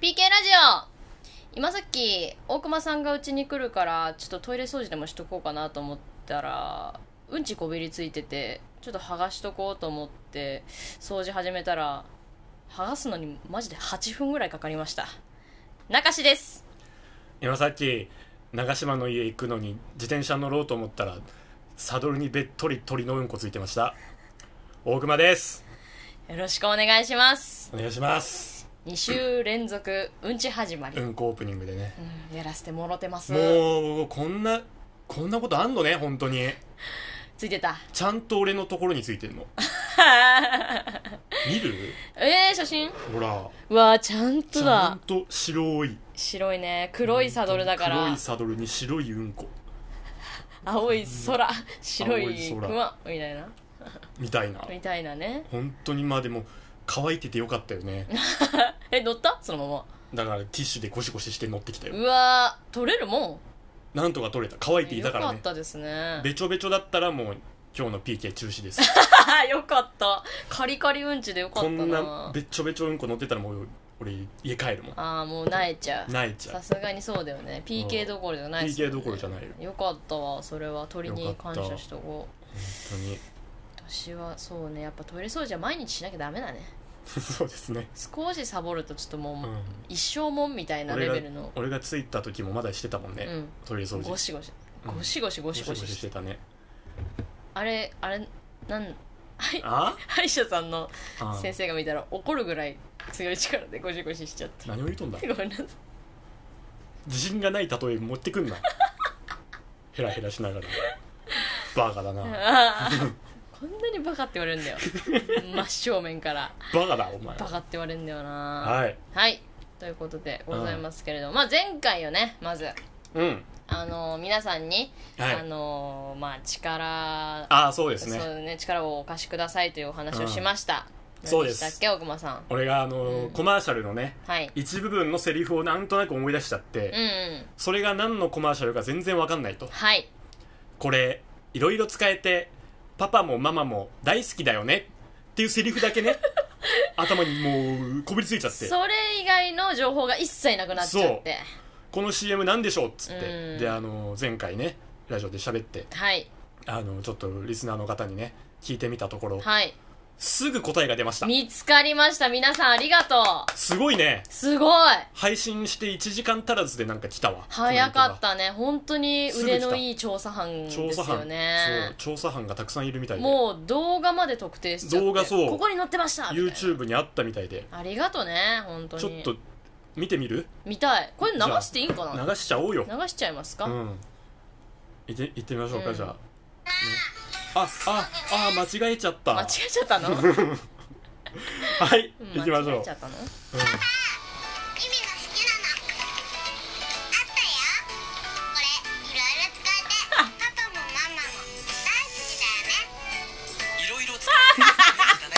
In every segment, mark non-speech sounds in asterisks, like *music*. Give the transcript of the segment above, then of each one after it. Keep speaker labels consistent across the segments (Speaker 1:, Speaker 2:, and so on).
Speaker 1: BK ラジオ今さっき大熊さんがうちに来るからちょっとトイレ掃除でもしとこうかなと思ったらうんちこびりついててちょっと剥がしとこうと思って掃除始めたら剥がすのにマジで8分ぐらいかかりました中志です
Speaker 2: 今さっき長島の家行くのに自転車乗ろうと思ったらサドルにべっとり鳥のうんこついてました大熊です
Speaker 1: よろしくお願いします
Speaker 2: お願いします
Speaker 1: 2週連続うんち始まり、
Speaker 2: うんこオープニングでね
Speaker 1: うんやらせてもろてます
Speaker 2: もうこんなこんなことあんのね本当に
Speaker 1: ついてた
Speaker 2: ちゃんと俺のところについて
Speaker 1: *laughs*
Speaker 2: るの見る
Speaker 1: えー、写真
Speaker 2: ほら
Speaker 1: うわーちゃんと
Speaker 2: ち
Speaker 1: だ
Speaker 2: ゃんと白い
Speaker 1: 白いね黒いサドルだから
Speaker 2: 黒いサドルに白いうんこ
Speaker 1: 青い空白い
Speaker 2: 青い
Speaker 1: 雲
Speaker 2: 空
Speaker 1: みたいな
Speaker 2: みたいな
Speaker 1: みたいなね
Speaker 2: 本当にまあでも乾いててよかったよね
Speaker 1: え乗ったそのま
Speaker 2: だからティッシュでゴシゴシして乗ってきた
Speaker 1: ま
Speaker 2: よ
Speaker 1: うわー取れるもん
Speaker 2: なんとか取れた乾いてい
Speaker 1: よ
Speaker 2: たから
Speaker 1: かっ
Speaker 2: ね
Speaker 1: たですね *laughs*
Speaker 2: べちょべちょだったらもう今日の PK 中止です
Speaker 1: よかったカリカリうんちでよかっ
Speaker 2: こ
Speaker 1: たなん
Speaker 2: なべちょべちょうんこ乗ってたらもう俺家帰るもん
Speaker 1: ああもうなえちゃう
Speaker 2: 泣いちゃ
Speaker 1: さ
Speaker 2: う
Speaker 1: すがにそうだよね PK どころじゃないです
Speaker 2: PK どころじゃないよ
Speaker 1: よかったわそれは鳥に感謝しとこう
Speaker 2: 本当に *laughs*
Speaker 1: 私はそうねやっぱトイレ掃除は毎日しなきゃダメだね
Speaker 2: そうですね、
Speaker 1: 少しサボるとちょっともう、
Speaker 2: うん、
Speaker 1: 一生もんみたいな
Speaker 2: 俺
Speaker 1: レ
Speaker 2: が
Speaker 1: ベルの
Speaker 2: 俺が着いた時もまだしてたもん
Speaker 1: う
Speaker 2: ね、
Speaker 1: ん
Speaker 2: トイレ掃除
Speaker 1: ゴシゴシ
Speaker 2: うん
Speaker 1: ゴシゴシゴシゴシ
Speaker 2: ゴシしてたね
Speaker 1: あれあれなん
Speaker 2: あ
Speaker 1: 歯医者さんの
Speaker 2: あ
Speaker 1: 先生が見たら怒るぐらい強い力でゴシゴシしちゃっ
Speaker 2: 何を言うとんだ
Speaker 1: たごめんなさい
Speaker 2: 自信がない例え持ってくんな *laughs* ヘラヘラしながらバカだな
Speaker 1: あーこんなにバカって言われるん
Speaker 2: *laughs*
Speaker 1: だよ真正面から
Speaker 2: バカだお前
Speaker 1: バカって言われるんだよなは
Speaker 2: はい
Speaker 1: い、ということでございますけれども、まあ前回よねまず
Speaker 2: うん
Speaker 1: あのー皆さんに、
Speaker 2: はい
Speaker 1: あのーまあ力
Speaker 2: ああそうで
Speaker 1: そ
Speaker 2: すね
Speaker 1: うね力をお貸しくださいというお話をしました、
Speaker 2: うんそうです
Speaker 1: 何したっけ奥間さん
Speaker 2: 俺があのー
Speaker 1: うん
Speaker 2: コマーシャルのね
Speaker 1: はい
Speaker 2: 一部分のセリフをなんとなく思い出しちゃって、
Speaker 1: うんうん
Speaker 2: それが何のコマーシャルか全然わかんないと
Speaker 1: はい
Speaker 2: これいろいろ使えてパパもママも大好きだよねっていうセリフだ
Speaker 1: *laughs*
Speaker 2: けね頭にもうこびりついちゃって
Speaker 1: それ以外の情報が一切なくなっちゃって
Speaker 2: この CM なんでしょうっつって、
Speaker 1: うん
Speaker 2: であの前回ねラジオで喋って
Speaker 1: はい
Speaker 2: あのちょっとリスナーの方にね聞いてみたところ、
Speaker 1: はい
Speaker 2: すぐ答えが出ました
Speaker 1: 見つかりました皆さんありがとう
Speaker 2: すごいね
Speaker 1: すごい
Speaker 2: 配信して1時間足らずでなんか来たわ
Speaker 1: 早かっ
Speaker 2: コ
Speaker 1: たね本当に腕のいい調査班
Speaker 2: メン
Speaker 1: です
Speaker 2: トが調査班
Speaker 1: よね
Speaker 2: そう調査班がたくさんいるみたいで
Speaker 1: もう動画まで特定しちゃって
Speaker 2: 動画そう
Speaker 1: ここに載ってましたみたいな
Speaker 2: YouTube にあったみたいで
Speaker 1: ありがとね本当に
Speaker 2: ちょっと見てみる
Speaker 1: 見たいこれ流していいんかな
Speaker 2: 流しちゃおうよ
Speaker 1: 流しちゃいますか、
Speaker 2: うんいって行ってみましょうか、
Speaker 1: うん
Speaker 2: じゃあ、ねあああ間違えちゃった
Speaker 1: 間違えちゃ
Speaker 2: *laughs*
Speaker 1: ったの
Speaker 2: はい、
Speaker 1: うん
Speaker 2: 行きま
Speaker 1: 間
Speaker 2: しょ
Speaker 1: 違
Speaker 2: う
Speaker 1: えちゃったの
Speaker 3: ゆみが好きなのあったよこれいろいろ使えてパパもママも大好きだよね
Speaker 4: いろいろ使えてるね。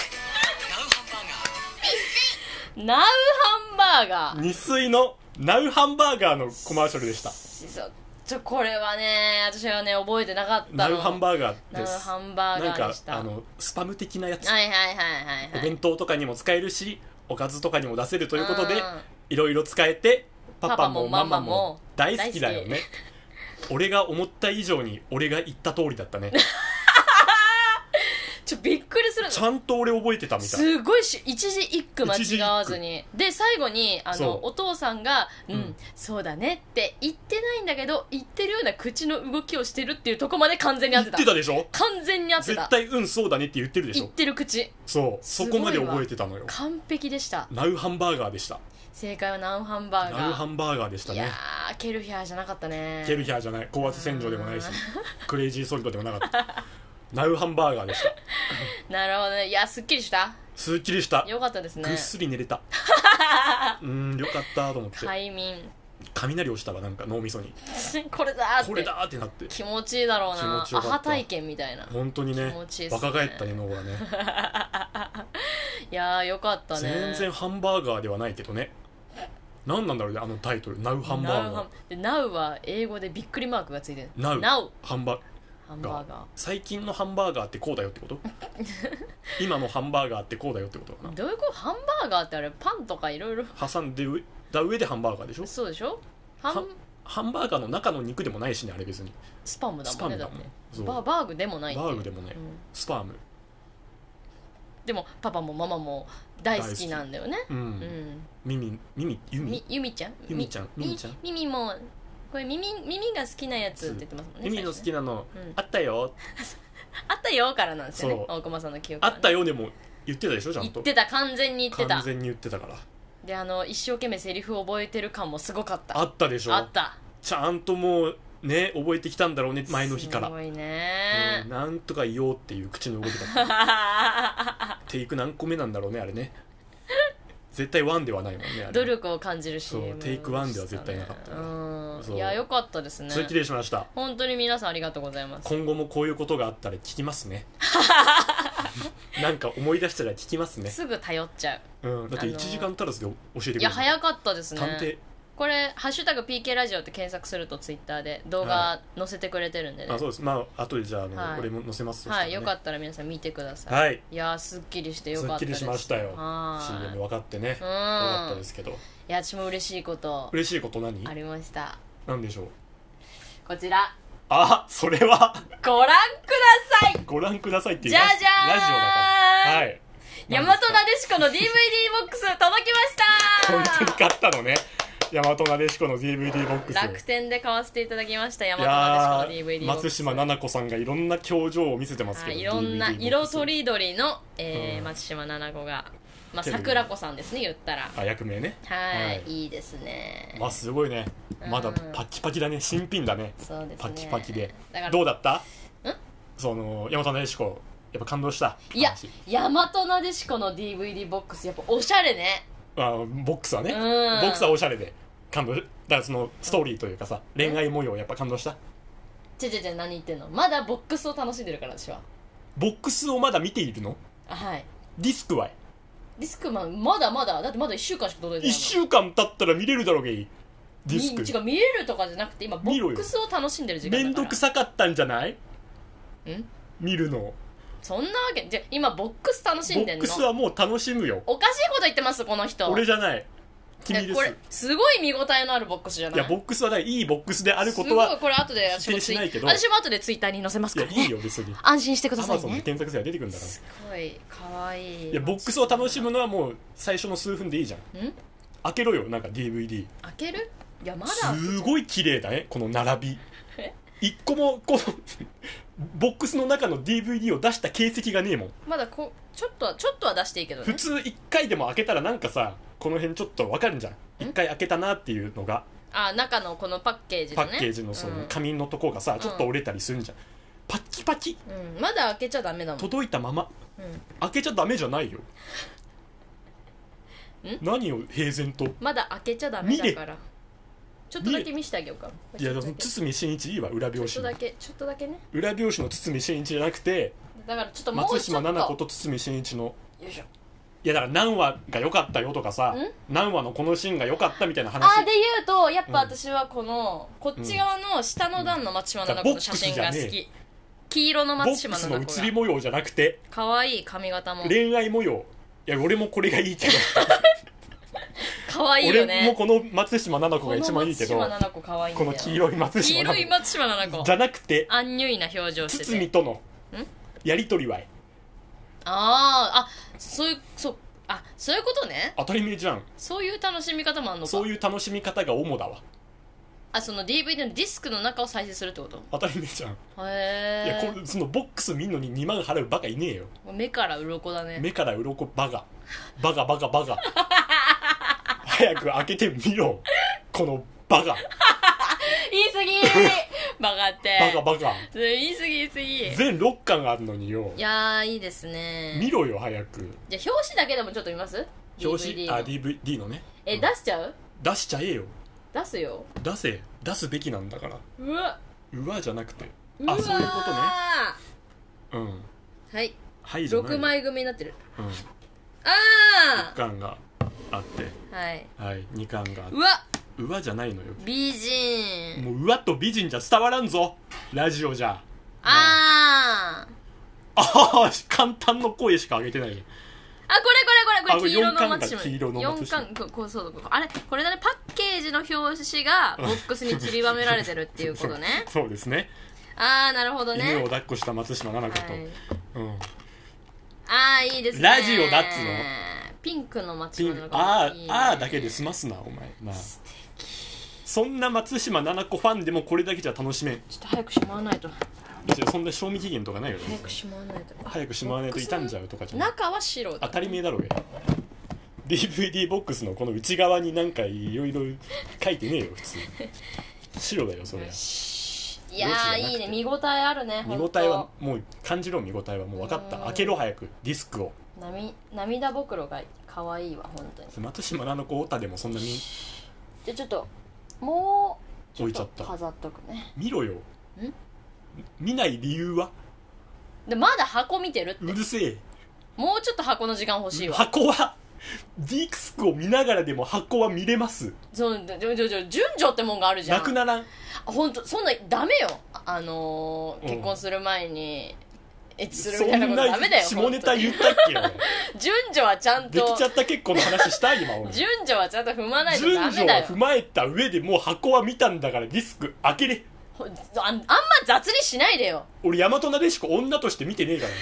Speaker 4: ナウハンバーガ
Speaker 1: ナウハンバーガ
Speaker 4: ー。
Speaker 1: ー
Speaker 2: 日水のナウハンバーガーのコマーシャルでした
Speaker 1: しそちょこれはね私はね覚えてなかったの
Speaker 2: ナウハンバーガー
Speaker 1: ナウ
Speaker 2: です
Speaker 1: ハンバーガーでし
Speaker 2: な
Speaker 1: た
Speaker 2: んかあのスパム的なやつ、
Speaker 1: はいはいはいはい
Speaker 2: お
Speaker 1: はい
Speaker 2: 弁当とかにも使えるしおかずとかにも出せるということで
Speaker 1: うん
Speaker 2: いろいろ使えてパ
Speaker 1: パパ
Speaker 2: パ
Speaker 1: も
Speaker 2: も
Speaker 1: マ
Speaker 2: マ
Speaker 1: マも
Speaker 2: マも大好きだよね俺が思った以上に俺が言った通りだった
Speaker 1: *laughs*
Speaker 2: ね
Speaker 1: ちょびっくりする
Speaker 2: ちゃんと俺覚えてたみたい
Speaker 1: すごいし一字一句間違わずにで最後にあ
Speaker 2: そう
Speaker 1: のお父さんが「うん、
Speaker 2: うん
Speaker 1: そうだね」って言ってないんだけど言ってるような口の動きをしてるっていうとこまで完全に合
Speaker 2: 言
Speaker 1: っ
Speaker 2: って
Speaker 1: た
Speaker 2: てたでしょ
Speaker 1: 完全に合ってた
Speaker 2: 絶対うんそうだねって言ってるでし
Speaker 1: 言っ
Speaker 2: ょ
Speaker 1: てる口
Speaker 2: そう
Speaker 1: す
Speaker 2: そ
Speaker 1: ごいわ
Speaker 2: こまで覚えてたのよ
Speaker 1: 完璧でした
Speaker 2: ナウハンバーガーでした
Speaker 1: 正解はナウハンバーガー
Speaker 2: ナウハンバーガーでした
Speaker 1: いや
Speaker 2: ね
Speaker 1: ーケルヒャーじゃなかったね
Speaker 2: ケルヒャーじゃない高圧洗浄でもないしクレイジーソリドでもなかったナウハンバーガーでした
Speaker 1: なるほどねいやすっきりした
Speaker 2: すっきりした
Speaker 1: よかったですね
Speaker 2: ぐっすり
Speaker 1: *laughs*
Speaker 2: 寝れたうーんよかったと思って
Speaker 1: 快眠 *laughs*
Speaker 2: 雷をしたわなんか脳みそに
Speaker 1: これだーって
Speaker 2: これだーってなって
Speaker 1: 気持ちいいだろうな
Speaker 2: 気持ちよか
Speaker 1: ア
Speaker 2: った
Speaker 1: ハ体験みたいな
Speaker 2: 本当にね
Speaker 1: 気持ちいいっすね
Speaker 2: 若返ったね脳がね
Speaker 1: いやーよかったね
Speaker 2: 全然ハンバーガーではないけどね何なんだろうねあのタイトルナウハンバーガー
Speaker 1: ーナウは英語でびっくりマークがついてる
Speaker 2: ナウ
Speaker 1: ナウ
Speaker 2: ハンバー
Speaker 1: ハン
Speaker 2: ガ
Speaker 1: バ
Speaker 2: ー
Speaker 1: ーガ
Speaker 2: 最近のハンバーガーってこうだよってこと
Speaker 1: *laughs*
Speaker 2: 今のハンバーガーってこうだよってことか
Speaker 1: ーどういうことハンバーガーってあれパンとかいろいろ
Speaker 2: な挟んでうた上でハンバーガーでしょ
Speaker 1: そうでしょハ
Speaker 2: ハ
Speaker 1: ン
Speaker 2: ンハンバーガーの中の肉でもないしねあれ別に
Speaker 1: スパムだ
Speaker 2: ス
Speaker 1: も
Speaker 2: パ
Speaker 1: んね
Speaker 2: ム
Speaker 1: だ
Speaker 2: だ
Speaker 1: っ
Speaker 2: もん
Speaker 1: て
Speaker 2: そう
Speaker 1: バーバーグでもないっていう
Speaker 2: バーグでもね
Speaker 1: うん
Speaker 2: スパム
Speaker 1: でもパパもママも大好きなんだよね
Speaker 2: うん、
Speaker 1: うん
Speaker 2: ミミミミユ
Speaker 1: み
Speaker 2: ミ
Speaker 1: ゆみちゃん
Speaker 2: ゆみちゃん
Speaker 1: み
Speaker 2: ゆみちゃん
Speaker 1: みみもこれ耳耳が好きなやつって言ってますもんね
Speaker 2: ユミの好
Speaker 1: 最初ね
Speaker 2: きなの、
Speaker 1: うん
Speaker 2: あったよ
Speaker 1: あったよからなんですよね
Speaker 2: そう
Speaker 1: 大駒さんの記憶
Speaker 2: あ
Speaker 1: はね
Speaker 2: ったよでも言ってたでしょちゃん
Speaker 1: 言
Speaker 2: と
Speaker 1: ってた完全に言って
Speaker 2: 完
Speaker 1: た
Speaker 2: 全に言ってたから
Speaker 1: であの一生懸命セリフ覚えてる感もすごかった
Speaker 2: あったでしょ
Speaker 1: あった
Speaker 2: ちゃんともうね覚えてきたんだろうね前の日から
Speaker 1: すごい
Speaker 2: うん
Speaker 1: ね
Speaker 2: なんとか言おうっていう口の動きだったテイク何個目なんだろうねあれね *laughs* 絶対ワンではないもんねあれ
Speaker 1: 努力を感じる CM
Speaker 2: そうテイクワンでは絶対なかったな
Speaker 1: うん
Speaker 2: そう
Speaker 1: いや良かったですね
Speaker 2: それ綺麗にしました
Speaker 1: 本当に皆さんありがとうございます
Speaker 2: 今後もこういうことがあったら聞きます
Speaker 1: *laughs*
Speaker 2: ねなんか思い出したら聞きますね、
Speaker 1: すぐ頼っちゃう
Speaker 2: うん、だって
Speaker 1: あの
Speaker 2: 1時間足らずで教えてくれる
Speaker 1: いや早かったですね
Speaker 2: 探偵
Speaker 1: これ「ハッシュタグ #PK ラジオ」って検索するとツイッターで動
Speaker 2: は
Speaker 1: 画載せてくれてるんでね
Speaker 2: あそうですまあ後でじゃああの、
Speaker 1: はい
Speaker 2: 俺も載せます
Speaker 1: はいよか
Speaker 2: っ
Speaker 1: ったら皆さん見てください、
Speaker 2: はい
Speaker 1: い、やーすっきりしてよ
Speaker 2: す
Speaker 1: か
Speaker 2: っ
Speaker 1: った
Speaker 2: き
Speaker 1: で
Speaker 2: り
Speaker 1: す
Speaker 2: しましたよ
Speaker 1: はい
Speaker 2: CM 分かってねよ
Speaker 1: うん
Speaker 2: かったですけど
Speaker 1: いや私も嬉しいこと
Speaker 2: 嬉しいこと何
Speaker 1: ありました
Speaker 2: 何でしょう
Speaker 1: こちら
Speaker 2: あそれは *laughs*
Speaker 1: ご覧ください
Speaker 2: ご覧くださいっていう
Speaker 1: じゃじ
Speaker 2: ラジオだ
Speaker 1: ゃ
Speaker 2: から
Speaker 1: ーん
Speaker 2: はい
Speaker 1: 大和
Speaker 2: 何
Speaker 1: な
Speaker 2: ですか
Speaker 1: でしこの DVD ボックス届きま
Speaker 2: 本
Speaker 1: した
Speaker 2: 当に買ったのね大和なでしこの DVD ボックス
Speaker 1: 楽天で買わせていただきました大
Speaker 2: い
Speaker 1: 和な
Speaker 2: や
Speaker 1: でしこの DVD
Speaker 2: ー
Speaker 1: ボック
Speaker 2: 松
Speaker 1: ス
Speaker 2: 島菜々子さんがいろんな表情を見せてます
Speaker 1: は
Speaker 2: けど
Speaker 1: い、いろんな
Speaker 2: DVD ボックス
Speaker 1: 色とりどりの、えー
Speaker 2: うん
Speaker 1: 松島菜々子が、まあ、
Speaker 2: テレビ
Speaker 1: 桜子さんですね言ったら
Speaker 2: あ役名ね
Speaker 1: はい
Speaker 2: はい
Speaker 1: いいですね
Speaker 2: わすごいねまだパキパキだね新品だね
Speaker 1: そうですね
Speaker 2: パキパキで
Speaker 1: だから
Speaker 2: どうだったその大和なでしこやっぱ感動した
Speaker 1: いや
Speaker 2: 話
Speaker 1: 大和なでしこの DVD ボックスやっぱおしゃれね
Speaker 2: あボックスはね
Speaker 1: うん
Speaker 2: ボックスはおしゃれで感動だからそのストーリーというかさ恋愛模様やっぱ感動した
Speaker 1: ちゃちゃちゃ何言ってんのまだボックスを楽しんでるから私は
Speaker 2: ボックスをまだ見ているの
Speaker 1: あはい
Speaker 2: ディスクは
Speaker 1: ディスクマンまだまだだってまだ1週間しか届いて
Speaker 2: 1
Speaker 1: ないもん
Speaker 2: 週間経ったら見れるだろうがいいディス
Speaker 1: み違
Speaker 2: ク
Speaker 1: う見れるとかじゃなくて今ボ
Speaker 2: 見ろよ
Speaker 1: ックスを楽しんでる時間だから
Speaker 2: めんどくさかったんじゃない
Speaker 1: ん
Speaker 2: 見るの
Speaker 1: そんなわけじゃ今ボックス楽し
Speaker 2: ボ
Speaker 1: んでん
Speaker 2: ッ
Speaker 1: の
Speaker 2: クスはもう楽しむよ
Speaker 1: おかしいこと言ってますこの人
Speaker 2: 俺じゃない君で
Speaker 1: こ
Speaker 2: す
Speaker 1: れすごい見応えのあるボックスじゃない
Speaker 2: いやボックスはだからいいボックスであること
Speaker 1: すごい
Speaker 2: は
Speaker 1: これ後で私もツイ
Speaker 2: 否定しないけど
Speaker 1: 私も後でツイッターに載せます
Speaker 2: い
Speaker 1: か
Speaker 2: や
Speaker 1: ら、ね、
Speaker 2: いいよ別に
Speaker 1: 安心してくだ
Speaker 2: ア
Speaker 1: さ
Speaker 2: マ
Speaker 1: い
Speaker 2: ゾンで
Speaker 1: ね
Speaker 2: 検索すれば出てくるんだから
Speaker 1: すごいかわいい
Speaker 2: いやボックスを楽しむのはもう最初の数分でいいじゃん
Speaker 1: ん
Speaker 2: 開けろよなんか DVD
Speaker 1: 開けるいやまだ
Speaker 2: すごい綺麗だねこの並び
Speaker 1: え
Speaker 2: 一個もこの *laughs* ボックスの中の DVD を出した形跡がねえもん
Speaker 1: まだこうちょっとはちょっとは出していいけど
Speaker 2: 普
Speaker 1: ね
Speaker 2: 通一回でも開けたらなんかさこの辺ちょっとわかるんじゃん一回開けたなっていうのが
Speaker 1: あ中のこのパッケージ
Speaker 2: パ
Speaker 1: のね
Speaker 2: ッケージのそ
Speaker 1: うん
Speaker 2: の紙のとこがさちょっと折れたりするんじゃんパッキパキ
Speaker 1: うんまだ開けちゃダメだもん
Speaker 2: 届いたまま
Speaker 1: うん
Speaker 2: 開けちゃダメじゃないよ何を平然と
Speaker 1: まだ開けちゃダメだからちょっとだけ見せてあげようか
Speaker 2: いやで
Speaker 1: ちょ
Speaker 2: も
Speaker 1: っとだけ
Speaker 2: 堤真一いいわ裏
Speaker 1: ちょ
Speaker 2: 表
Speaker 1: っと
Speaker 2: 紙
Speaker 1: だ
Speaker 2: の
Speaker 1: けちょっとだけね
Speaker 2: 裏表紙の堤真一じゃなくて
Speaker 1: だからちょっともう
Speaker 2: 松
Speaker 1: ちょ
Speaker 2: 島
Speaker 1: っ
Speaker 2: 菜
Speaker 1: と
Speaker 2: 々子と堤真一の
Speaker 1: よいしょ
Speaker 2: いやだから何話が良かったよとかさ何話のこのシーンが良かったみたいな話
Speaker 1: あーで言うとやっぱ
Speaker 2: うん
Speaker 1: 私はこの、こっち側の下の段の松島菜々子の写真が
Speaker 2: ボ
Speaker 1: 好
Speaker 2: ックスじゃ
Speaker 1: き黄色の
Speaker 2: ボ
Speaker 1: 松
Speaker 2: ッ
Speaker 1: 島
Speaker 2: クス
Speaker 1: 菜
Speaker 2: の
Speaker 1: 々
Speaker 2: 移
Speaker 1: 子
Speaker 2: り
Speaker 1: が
Speaker 2: 模様じゃなくて
Speaker 1: 可愛い髪型も
Speaker 2: 恋愛模様いや俺もこれがいいけ
Speaker 1: *laughs*
Speaker 2: ど
Speaker 1: 可愛いよ
Speaker 2: 俺も
Speaker 1: ね
Speaker 2: この松島菜々子
Speaker 1: こ
Speaker 2: が一
Speaker 1: の
Speaker 2: 番いい
Speaker 1: 松
Speaker 2: けど
Speaker 1: 島菜々子可愛いんだ
Speaker 2: こ
Speaker 1: よ
Speaker 2: の黄色い松
Speaker 1: 黄
Speaker 2: 島
Speaker 1: 色い
Speaker 2: 菜々
Speaker 1: 松島菜々
Speaker 2: 子
Speaker 1: 子
Speaker 2: じゃなくて
Speaker 1: アンニュイな表情して
Speaker 2: 堤
Speaker 1: て
Speaker 2: とのやりとりは
Speaker 1: あーあそういうそうあそういうことね
Speaker 2: 当たり前じゃん
Speaker 1: そういう楽しみ方もあんのか
Speaker 2: そういう楽しみ方が主だわ
Speaker 1: あその DVD のディスクの中を再生するってこと
Speaker 2: 当たり前じゃんいや
Speaker 1: へ
Speaker 2: これそのボックス見んのに2万払うバカいねえよ
Speaker 1: え目から鱗だね
Speaker 2: 目から鱗バカバカバカバカ早く開けてみろこのバカ
Speaker 1: 言い過ぎ
Speaker 2: *laughs*
Speaker 1: バカっ
Speaker 2: バカ
Speaker 1: て
Speaker 2: バカ
Speaker 1: 言い過ぎ言い過ぎ
Speaker 2: 全6巻あるのによ
Speaker 1: いやーいいですね
Speaker 2: 見ろよ早く
Speaker 1: じゃあ表紙だけでもちょっと見ます
Speaker 2: 表紙
Speaker 1: DVD の
Speaker 2: あ DVD のね
Speaker 1: え出しちゃう
Speaker 2: 出しちゃえよ
Speaker 1: 出すよ
Speaker 2: 出せ出すべきなんだから
Speaker 1: うわ
Speaker 2: うわじゃなくて
Speaker 1: うわ
Speaker 2: あそういうことねうん
Speaker 1: とねはい
Speaker 2: はいじゃない
Speaker 1: 6枚組になってる
Speaker 2: うん
Speaker 1: あ
Speaker 2: 1巻があって
Speaker 1: あはい
Speaker 2: はい2巻があって
Speaker 1: うわ
Speaker 2: うわじゃないのよ
Speaker 1: 美人
Speaker 2: もううわっと美人じゃ伝わらんぞラジオじゃ
Speaker 1: あー
Speaker 2: ああ簡単の声しか上げてない
Speaker 1: あこれこれこれこれ黄色のお松島
Speaker 2: あこれ四冠が黄色のお松
Speaker 1: 四
Speaker 2: 島
Speaker 1: 冠ここうそうここあれこれだねパッケージの表紙がボックスに散りばめられてるっていうことね
Speaker 2: *laughs* そうですね
Speaker 1: ああなるほど
Speaker 2: 犬を
Speaker 1: ね
Speaker 2: 抱っこした松島菜々子と、
Speaker 1: はい
Speaker 2: うん、
Speaker 1: ああいいですね
Speaker 2: ラジオだっつうの
Speaker 1: ピンクの松
Speaker 2: ピ
Speaker 1: 島
Speaker 2: ン
Speaker 1: の
Speaker 2: あー、
Speaker 1: いいね
Speaker 2: あーだけで済ますなお前なあそんな松島菜々子ファンでもこれだけじゃ楽しめん
Speaker 1: ちょっと早くしまわないと
Speaker 2: 別にそんな賞味期限とかないよ
Speaker 1: 早
Speaker 2: ね
Speaker 1: くしまわないと
Speaker 2: 早くしまわないと傷んじゃ
Speaker 1: う
Speaker 2: うとかじゃない
Speaker 1: 中は白
Speaker 2: 当
Speaker 1: だ
Speaker 2: たり前だろうよ DVD ボックスのこの内側になんかいろいろ書いてねえよ普通白だよそれ
Speaker 1: いやーいいね見応えあるね
Speaker 2: 見
Speaker 1: ほ
Speaker 2: 応
Speaker 1: んと
Speaker 2: えはもう感じろ見応えはもう分かった
Speaker 1: うん
Speaker 2: 開けろ早くディスクを
Speaker 1: 涙涙袋が可愛いわ本当に
Speaker 2: 松島菜々子オタでもそんな見
Speaker 1: じゃあちょっともうちょ
Speaker 2: 置いちゃっ
Speaker 1: と
Speaker 2: た
Speaker 1: 飾っとくね
Speaker 2: 見ろよ見ない理由は
Speaker 1: でまだ箱見てるって
Speaker 2: うるせえ
Speaker 1: もうちょっと箱の時間欲しいわ
Speaker 2: 箱はディスクを見ながらでも箱は見れます
Speaker 1: そうじょじょじょ順序ってもんがあるじゃん
Speaker 2: なくならん
Speaker 1: 本当そんなダメよああのー
Speaker 2: うん
Speaker 1: 結婚する前にエッチする
Speaker 2: そ
Speaker 1: みたいなこ
Speaker 2: ん
Speaker 1: とダメだ
Speaker 2: な
Speaker 1: よ
Speaker 2: 下ネタ
Speaker 1: *laughs* 本
Speaker 2: 言ったっけよ
Speaker 1: 当に順序はちゃん
Speaker 2: でき
Speaker 1: と
Speaker 2: ちゃった結構の話した今俺
Speaker 1: 順序はちゃんと踏まないとダ
Speaker 2: 順序
Speaker 1: メ
Speaker 2: を
Speaker 1: だよ
Speaker 2: 踏まえた上でもう箱は見たんだからディスク開けれ
Speaker 1: ほあんあんま雑にしないでよ
Speaker 2: 俺大和なでしこ女として見てねえからね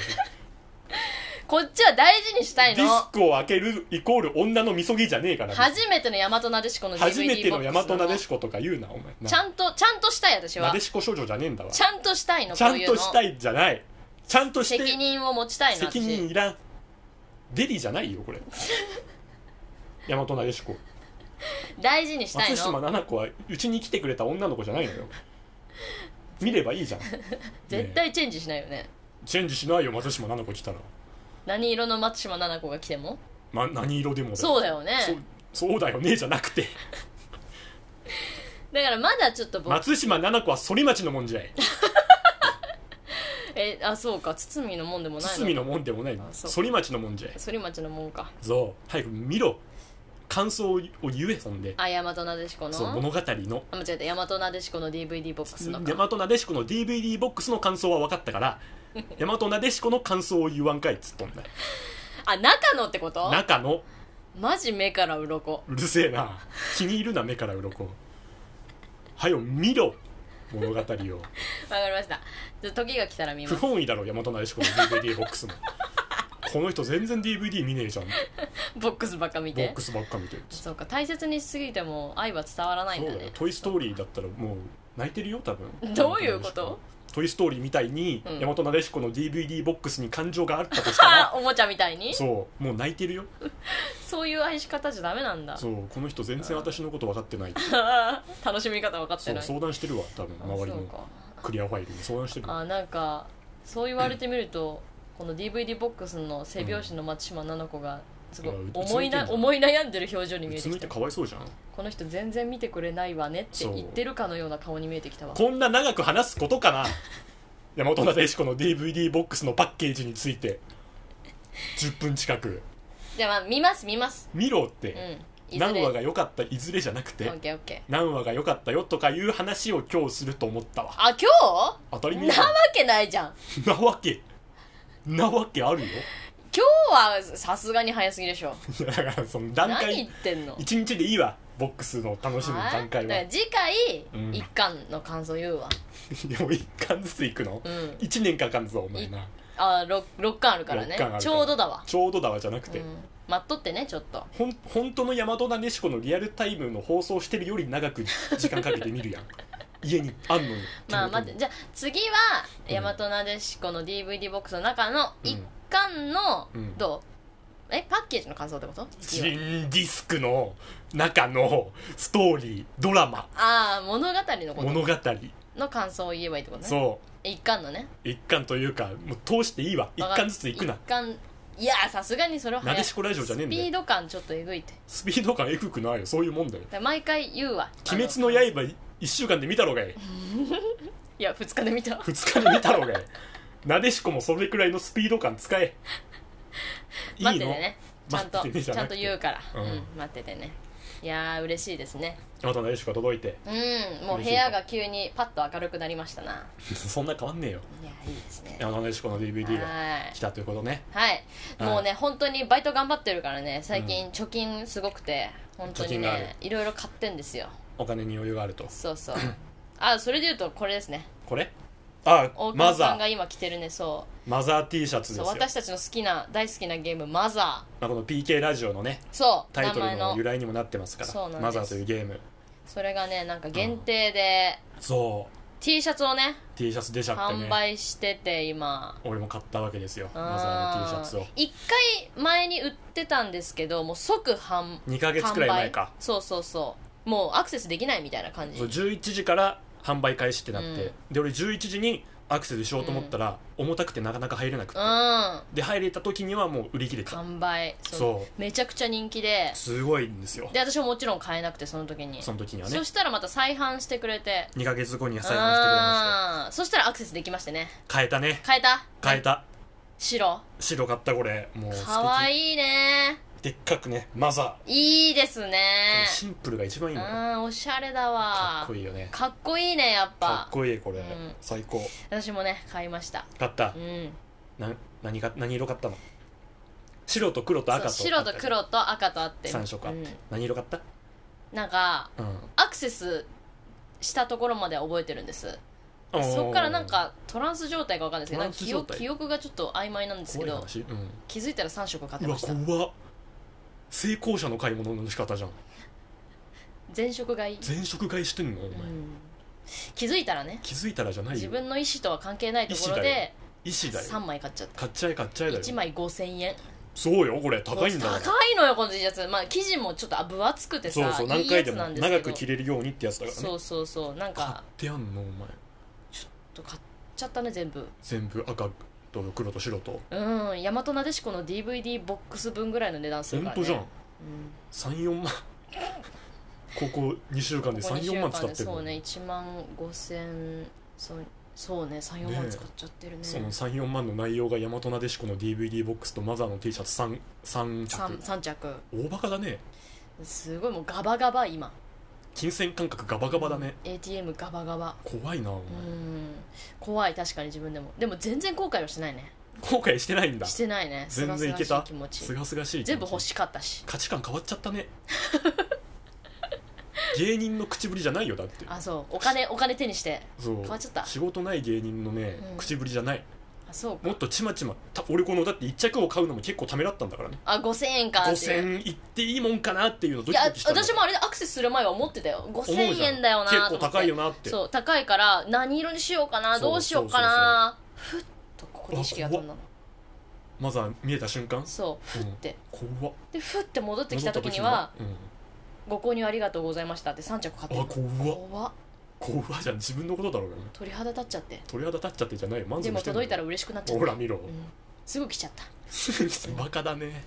Speaker 1: こっちは大事にしたい
Speaker 2: ディ
Speaker 1: の
Speaker 2: スクを開けるイコール女のみそぎじゃねえからね
Speaker 1: 初めての大和なでしこの DVD ボックス
Speaker 2: 初めての大和なで
Speaker 1: し
Speaker 2: しことか言うなお前
Speaker 1: ちゃんとちゃんとしたい私
Speaker 2: な
Speaker 1: は
Speaker 2: でしこ少女じゃねえんだわ
Speaker 1: ちゃんとしたいの
Speaker 2: ちゃ
Speaker 1: こうんいう
Speaker 2: と
Speaker 1: の
Speaker 2: したいじゃないちゃんとして
Speaker 1: 責任を持ちたいの
Speaker 2: 責任いらんデリじゃないよ
Speaker 1: *laughs*
Speaker 2: これ大和なでしこ
Speaker 1: 私大事にしたい
Speaker 2: 松島
Speaker 1: の
Speaker 2: 菜々子はうちに来てくれた女の子じゃないのよ見ればいいじゃん
Speaker 1: *laughs* 絶対チェンジしないよね
Speaker 2: チェンジしないよ松島菜々子来たら、
Speaker 1: 何色の松島菜々子が来ても
Speaker 2: ま、何色でもだよ
Speaker 1: そうだよね
Speaker 2: そうそうだよねじゃなくて
Speaker 1: だからまだちょっと僕
Speaker 2: 松島菜々子は反町のもんじゃい
Speaker 1: えあそうか堤のもんでもないの
Speaker 2: 堤のもんでもない
Speaker 1: あそう
Speaker 2: 反町のもんじゃい
Speaker 1: 反町のもんか
Speaker 2: そう早く見ろ感想を言えそんで
Speaker 1: あ大和なでしこの
Speaker 2: そう物語の
Speaker 1: あ間違えた大和なでしこの DVD ボックスの
Speaker 2: 大和なでしこの DVD ボックスの感想は分かったから
Speaker 1: *laughs*
Speaker 2: 大和なでしこの感想を言わんかいっつっとんだよ
Speaker 1: あ中野ってこと
Speaker 2: 中の
Speaker 1: マジ目から鱗
Speaker 2: うるせえな気に入るな目から鱗はよ見ろ物語を
Speaker 1: わかりましたじゃあ時が来たら見ま
Speaker 2: 不
Speaker 1: す
Speaker 2: 本意だろ大和なでしこの DVD ボックスもこの人全然 DVD 見ねえじゃん
Speaker 1: ボックスばっか見
Speaker 2: ボッ
Speaker 1: て
Speaker 2: クスばっか見てるそ
Speaker 1: そうか大切にしすぎても愛は伝わらないん
Speaker 2: う
Speaker 1: だ
Speaker 2: だよ
Speaker 1: ね
Speaker 2: 「トイ・ストーリー」だったらもう泣いてるよ多分
Speaker 1: どういうこと
Speaker 2: トイ・ストーリーみたいに
Speaker 1: うん
Speaker 2: 大和なでしこの DVD ボックスに感情があったとし
Speaker 1: *laughs*
Speaker 2: た
Speaker 1: あ
Speaker 2: ら
Speaker 1: おもちゃみたいにそ
Speaker 2: そうもう泣いてるよ
Speaker 1: ういう愛し方じゃダメなんだ
Speaker 2: そうこの人全然私のこと分かってないって
Speaker 1: *laughs* 楽しみ方分かって
Speaker 2: そう
Speaker 1: ない
Speaker 2: 相談してるわ多分
Speaker 1: あ
Speaker 2: 周り
Speaker 1: そう
Speaker 2: の
Speaker 1: か
Speaker 2: クリアファイルに相談してるわ
Speaker 1: あなんかそう言われてみると、この DVD ボックスの背拍子の松島菜々子がすごい
Speaker 2: うん
Speaker 1: 思いな
Speaker 2: うつむいてんじゃん
Speaker 1: 思い悩んでる表情に見
Speaker 2: う
Speaker 1: え
Speaker 2: つ
Speaker 1: て
Speaker 2: むい
Speaker 1: き
Speaker 2: て
Speaker 1: た
Speaker 2: かわいそうじゃん
Speaker 1: この人全然見てくれないわねって
Speaker 2: そう
Speaker 1: 言ってるかのような顔に見えてきたわ
Speaker 2: こんな長く話すことかな *laughs* 大和なでしこの DVD ボックスのパッケージについて10分近く
Speaker 1: じゃあまあ見ます見ます
Speaker 2: 見ろっ
Speaker 1: う
Speaker 2: て、
Speaker 1: んいずれ
Speaker 2: 何話が良かったいずれじゃなく
Speaker 1: オ
Speaker 2: て
Speaker 1: ッケーオッケー
Speaker 2: 何話が良かったよとかいう話を今日すると思ったわ
Speaker 1: あ今
Speaker 2: 当たり
Speaker 1: 日
Speaker 2: 前
Speaker 1: な
Speaker 2: だ
Speaker 1: わけないじゃん
Speaker 2: なわけなわけあるよ
Speaker 1: 今日はさすがに早すぎでしょ
Speaker 2: いやだからその段
Speaker 1: 何言
Speaker 2: 階
Speaker 1: ってんの
Speaker 2: 一日でいいわボックスの楽しむ段階は
Speaker 1: はいだから次回、
Speaker 2: うん
Speaker 1: 一巻の感想言うわ
Speaker 2: でも一巻ずつ行くの、
Speaker 1: うん
Speaker 2: 一1年かかんぞお前な
Speaker 1: あ 6, 六巻あるからね
Speaker 2: 六巻あるから
Speaker 1: ちょうどだわ、
Speaker 2: ちょうどだわじゃなく
Speaker 1: う
Speaker 2: て、
Speaker 1: ん、待っとってねちょっと
Speaker 2: ほん本当の大和なでしこのリアルタイムの放送してるより長く時間かけて見るやん家にあんのよ
Speaker 1: まあ待ってじゃあ次は
Speaker 2: うん
Speaker 1: 大和なでしこの DVD ボックスの中の
Speaker 2: うん
Speaker 1: 一巻の、
Speaker 2: うん
Speaker 1: どうえパッケージの感想ってこと
Speaker 2: 新ディスクの中のストーリードラマ
Speaker 1: ああ物語のこ
Speaker 2: 物
Speaker 1: と
Speaker 2: 語、
Speaker 1: の感想を言えばいいってことね
Speaker 2: そ
Speaker 1: 一巻のね
Speaker 2: う一巻というかもう通していいわ一
Speaker 1: わか
Speaker 2: 巻ずつ行くな
Speaker 1: 一巻いやーさすがにそれは
Speaker 2: な
Speaker 1: 早
Speaker 2: で
Speaker 1: い
Speaker 2: しこラジオじゃねえん
Speaker 1: ス
Speaker 2: だ
Speaker 1: ピー
Speaker 2: よ
Speaker 1: ド感ちょっとえぐいってだか
Speaker 2: スピード感えぐくないよそういうもんだよ
Speaker 1: ら毎回言うわ
Speaker 2: 「鬼滅
Speaker 1: あ
Speaker 2: の刃」1週間で見たろうがい
Speaker 1: いや2日で見
Speaker 2: *laughs*
Speaker 1: た
Speaker 2: 2日で見たろうがい
Speaker 1: *laughs*
Speaker 2: なでしこもそれくらいのスピード感使えいいの
Speaker 1: 待っててねちゃんと
Speaker 2: 待っててねじ
Speaker 1: ち
Speaker 2: ゃ
Speaker 1: ゃ
Speaker 2: なんくて
Speaker 1: と言うから、
Speaker 2: うん
Speaker 1: うん、待っててねいやー嬉しいですね
Speaker 2: あとのよしこ届いて
Speaker 1: うんもう部屋が急にパッと明るくなりましたな
Speaker 2: そんな変わんねえよ
Speaker 1: いやいいですね
Speaker 2: あのよしこの DVD が
Speaker 1: はい
Speaker 2: 来たということね
Speaker 1: はい、
Speaker 2: はい
Speaker 1: もうね本当にバイト頑張ってるからね最近貯金すごくて、本当に
Speaker 2: 貯金がある
Speaker 1: ねいろいろ買ってんですよ
Speaker 2: お金に余裕があると
Speaker 1: そう
Speaker 2: *laughs*
Speaker 1: そうあそれで言うとこれですね
Speaker 2: これあ
Speaker 1: 大久
Speaker 2: マ
Speaker 1: 保さん
Speaker 2: ザ
Speaker 1: が
Speaker 2: ー
Speaker 1: 今着てるねそ
Speaker 2: マザー T シャツ
Speaker 1: う
Speaker 2: で
Speaker 1: そ
Speaker 2: すよ
Speaker 1: う私たちの好きな大好きなゲーム「マザー
Speaker 2: まあ、この PK ラジオのね」
Speaker 1: そう
Speaker 2: タイ
Speaker 1: 名
Speaker 2: トル
Speaker 1: 前
Speaker 2: の
Speaker 1: の
Speaker 2: 由来にもなってますか
Speaker 1: そうなん
Speaker 2: ら
Speaker 1: です
Speaker 2: マザーというゲーム
Speaker 1: それがねなんか限定で、
Speaker 2: そう
Speaker 1: T シャツをね
Speaker 2: T シャツ出ちゃって
Speaker 1: 販
Speaker 2: ね
Speaker 1: 売してて今
Speaker 2: 俺も買ったわけですよマザーの T シャツを
Speaker 1: 1回前に売ってたんですけどもう即販
Speaker 2: 2ヶ月くらい前か
Speaker 1: 販売そうそうそうもうアクセスできないみたいな感じ
Speaker 2: そう11時から販売開始ってなって、
Speaker 1: う
Speaker 2: で俺11時にアクセスしようと思ったら、重たくてなかなか入れなくて、
Speaker 1: うん
Speaker 2: で入れた時にはもう売り切れてた
Speaker 1: 完売そう
Speaker 2: そ
Speaker 1: めちゃくちゃ人気で
Speaker 2: うすごいんですよ
Speaker 1: で私ももちろん買えなくてその時に
Speaker 2: その時にはね
Speaker 1: そしたらまた再販してくれて
Speaker 2: 2ヶ月後には再販してくれまし
Speaker 1: ああそしたらアクセスできましてね
Speaker 2: た変えたね
Speaker 1: 変えた
Speaker 2: 変えた
Speaker 1: 白
Speaker 2: 白買ったこれもう素敵
Speaker 1: かわいいね
Speaker 2: でっかくねマザ
Speaker 1: いいです
Speaker 2: ー、
Speaker 1: ね
Speaker 2: シンプルが一番いいのよ
Speaker 1: ああおしゃれだわ
Speaker 2: かっこいいよね
Speaker 1: かっこいいねやっ
Speaker 2: か
Speaker 1: ぱ
Speaker 2: っこいいこれ、
Speaker 1: ん
Speaker 2: 最高
Speaker 1: 私もね買いました
Speaker 2: 買った
Speaker 1: う、ん
Speaker 2: な何が何色買ったの白と黒と赤と
Speaker 1: そう白と黒と赤とあって
Speaker 2: 3色あ
Speaker 1: う
Speaker 2: って、
Speaker 1: ん、
Speaker 2: 何色買った
Speaker 1: なんか
Speaker 2: うん
Speaker 1: アクセスしたところまでは覚えてるんですそこからなんかトランス状態か分かんないですけどな
Speaker 2: トラ
Speaker 1: ん
Speaker 2: ン
Speaker 1: か
Speaker 2: ス
Speaker 1: 記
Speaker 2: 状態
Speaker 1: 憶記憶がちょっと曖昧なんですけ
Speaker 2: 怖
Speaker 1: ど
Speaker 2: い話、うん
Speaker 1: 気づいたら3色買って
Speaker 2: うわ
Speaker 1: ました
Speaker 2: 怖っ成功者の買い物の仕方じゃん
Speaker 1: 全色買い、
Speaker 2: 全職買いしてんのお前、
Speaker 1: うん気づいたらね
Speaker 2: 気づいたらじゃないよ
Speaker 1: 自分の意思とは関係ないところ
Speaker 2: 意思だ
Speaker 1: で
Speaker 2: 意思だ
Speaker 1: 3
Speaker 2: よ
Speaker 1: 枚買っちゃった
Speaker 2: 買っちゃえ買っちゃえだよ
Speaker 1: 1枚5000円
Speaker 2: そうよこれ高いんだよ
Speaker 1: 高いのよこの T シャツ、まあ、生地もちょっと分厚くてさ
Speaker 2: そうそう
Speaker 1: い
Speaker 2: 何
Speaker 1: いや
Speaker 2: 回で
Speaker 1: つ
Speaker 2: も
Speaker 1: なんですけど
Speaker 2: 長く着れるようにってやつだからね
Speaker 1: そうそうそうなん
Speaker 2: 買っ
Speaker 1: か
Speaker 2: てやんのお前
Speaker 1: ちょっと買っちゃったね全部
Speaker 2: 全部赤と黒と白と
Speaker 1: うん大和なでしこの DVD ボックス分ぐらいの値段する
Speaker 2: 本
Speaker 1: から、ね、
Speaker 2: 当じゃん
Speaker 1: うん
Speaker 2: 34万ここ2週間で
Speaker 1: ここ
Speaker 2: 34万
Speaker 1: 二週
Speaker 2: 使
Speaker 1: 間
Speaker 2: っ
Speaker 1: で
Speaker 2: てる
Speaker 1: そうね
Speaker 2: の
Speaker 1: 1万5000そうそうね34
Speaker 2: ね
Speaker 1: 万
Speaker 2: え
Speaker 1: 使っちゃってるね
Speaker 2: その34万の内容が大和なでしこの DVD ボックスとマザーの T シャツ 3, 3
Speaker 1: 三
Speaker 2: 着
Speaker 1: 3着
Speaker 2: 大バカだね
Speaker 1: すごいもうガバガバ今
Speaker 2: 金銭感覚ガバガバだね、
Speaker 1: ATM ガバガバ
Speaker 2: 怖いなお前、
Speaker 1: うん怖い確かに自分でもでも全然後悔はしてないね
Speaker 2: 後悔してないんだ
Speaker 1: してないねす
Speaker 2: 全
Speaker 1: がす
Speaker 2: 然い
Speaker 1: が
Speaker 2: け
Speaker 1: したい気持
Speaker 2: す
Speaker 1: ち
Speaker 2: がすがしい気持ち
Speaker 1: 全部欲しかったし
Speaker 2: 価値観変わっちゃっ
Speaker 1: *laughs*
Speaker 2: たね芸人の口ぶりじゃないよだって
Speaker 1: あそうお金お金手にして
Speaker 2: そう
Speaker 1: 変わっちゃった
Speaker 2: 仕事ない芸人のね、
Speaker 1: うん
Speaker 2: 口ぶりじゃない
Speaker 1: あそう
Speaker 2: もっとちまちまた俺このだって1着を買うのも結構ためらったんだからね
Speaker 1: あ5000円かっていう
Speaker 2: 5000いっていいもんかなっていうのド
Speaker 1: い
Speaker 2: キ
Speaker 1: や
Speaker 2: ドキしたの
Speaker 1: 私もあれでアクセスする前は思ってたよ
Speaker 2: 思うじ
Speaker 1: 5000
Speaker 2: ゃん
Speaker 1: 円だよなと思って
Speaker 2: 結構高いよなって
Speaker 1: そう高いから何色にしようかな
Speaker 2: そう
Speaker 1: どうしようかなふっとここに意識が飛んだの
Speaker 2: まずは見えた瞬間
Speaker 1: そうふって
Speaker 2: 怖っ
Speaker 1: でふって戻ってきた時には
Speaker 2: 戻っ
Speaker 1: 「ご購入ありがとうございました」って3着買って
Speaker 2: た時
Speaker 1: る
Speaker 2: にはうん、あ怖っ
Speaker 1: 怖っ
Speaker 2: 怖っじゃん自分のことだろうがね
Speaker 1: 鳥肌立っちゃって
Speaker 2: 鳥肌立っちゃってじゃないよ満
Speaker 1: で
Speaker 2: 足してん
Speaker 1: も
Speaker 2: だよ
Speaker 1: 届いたら嬉しくなっちゃっ
Speaker 2: ほ
Speaker 1: た
Speaker 2: ら見ろ、
Speaker 1: うんすぐ来ちゃった
Speaker 2: *laughs* バカだね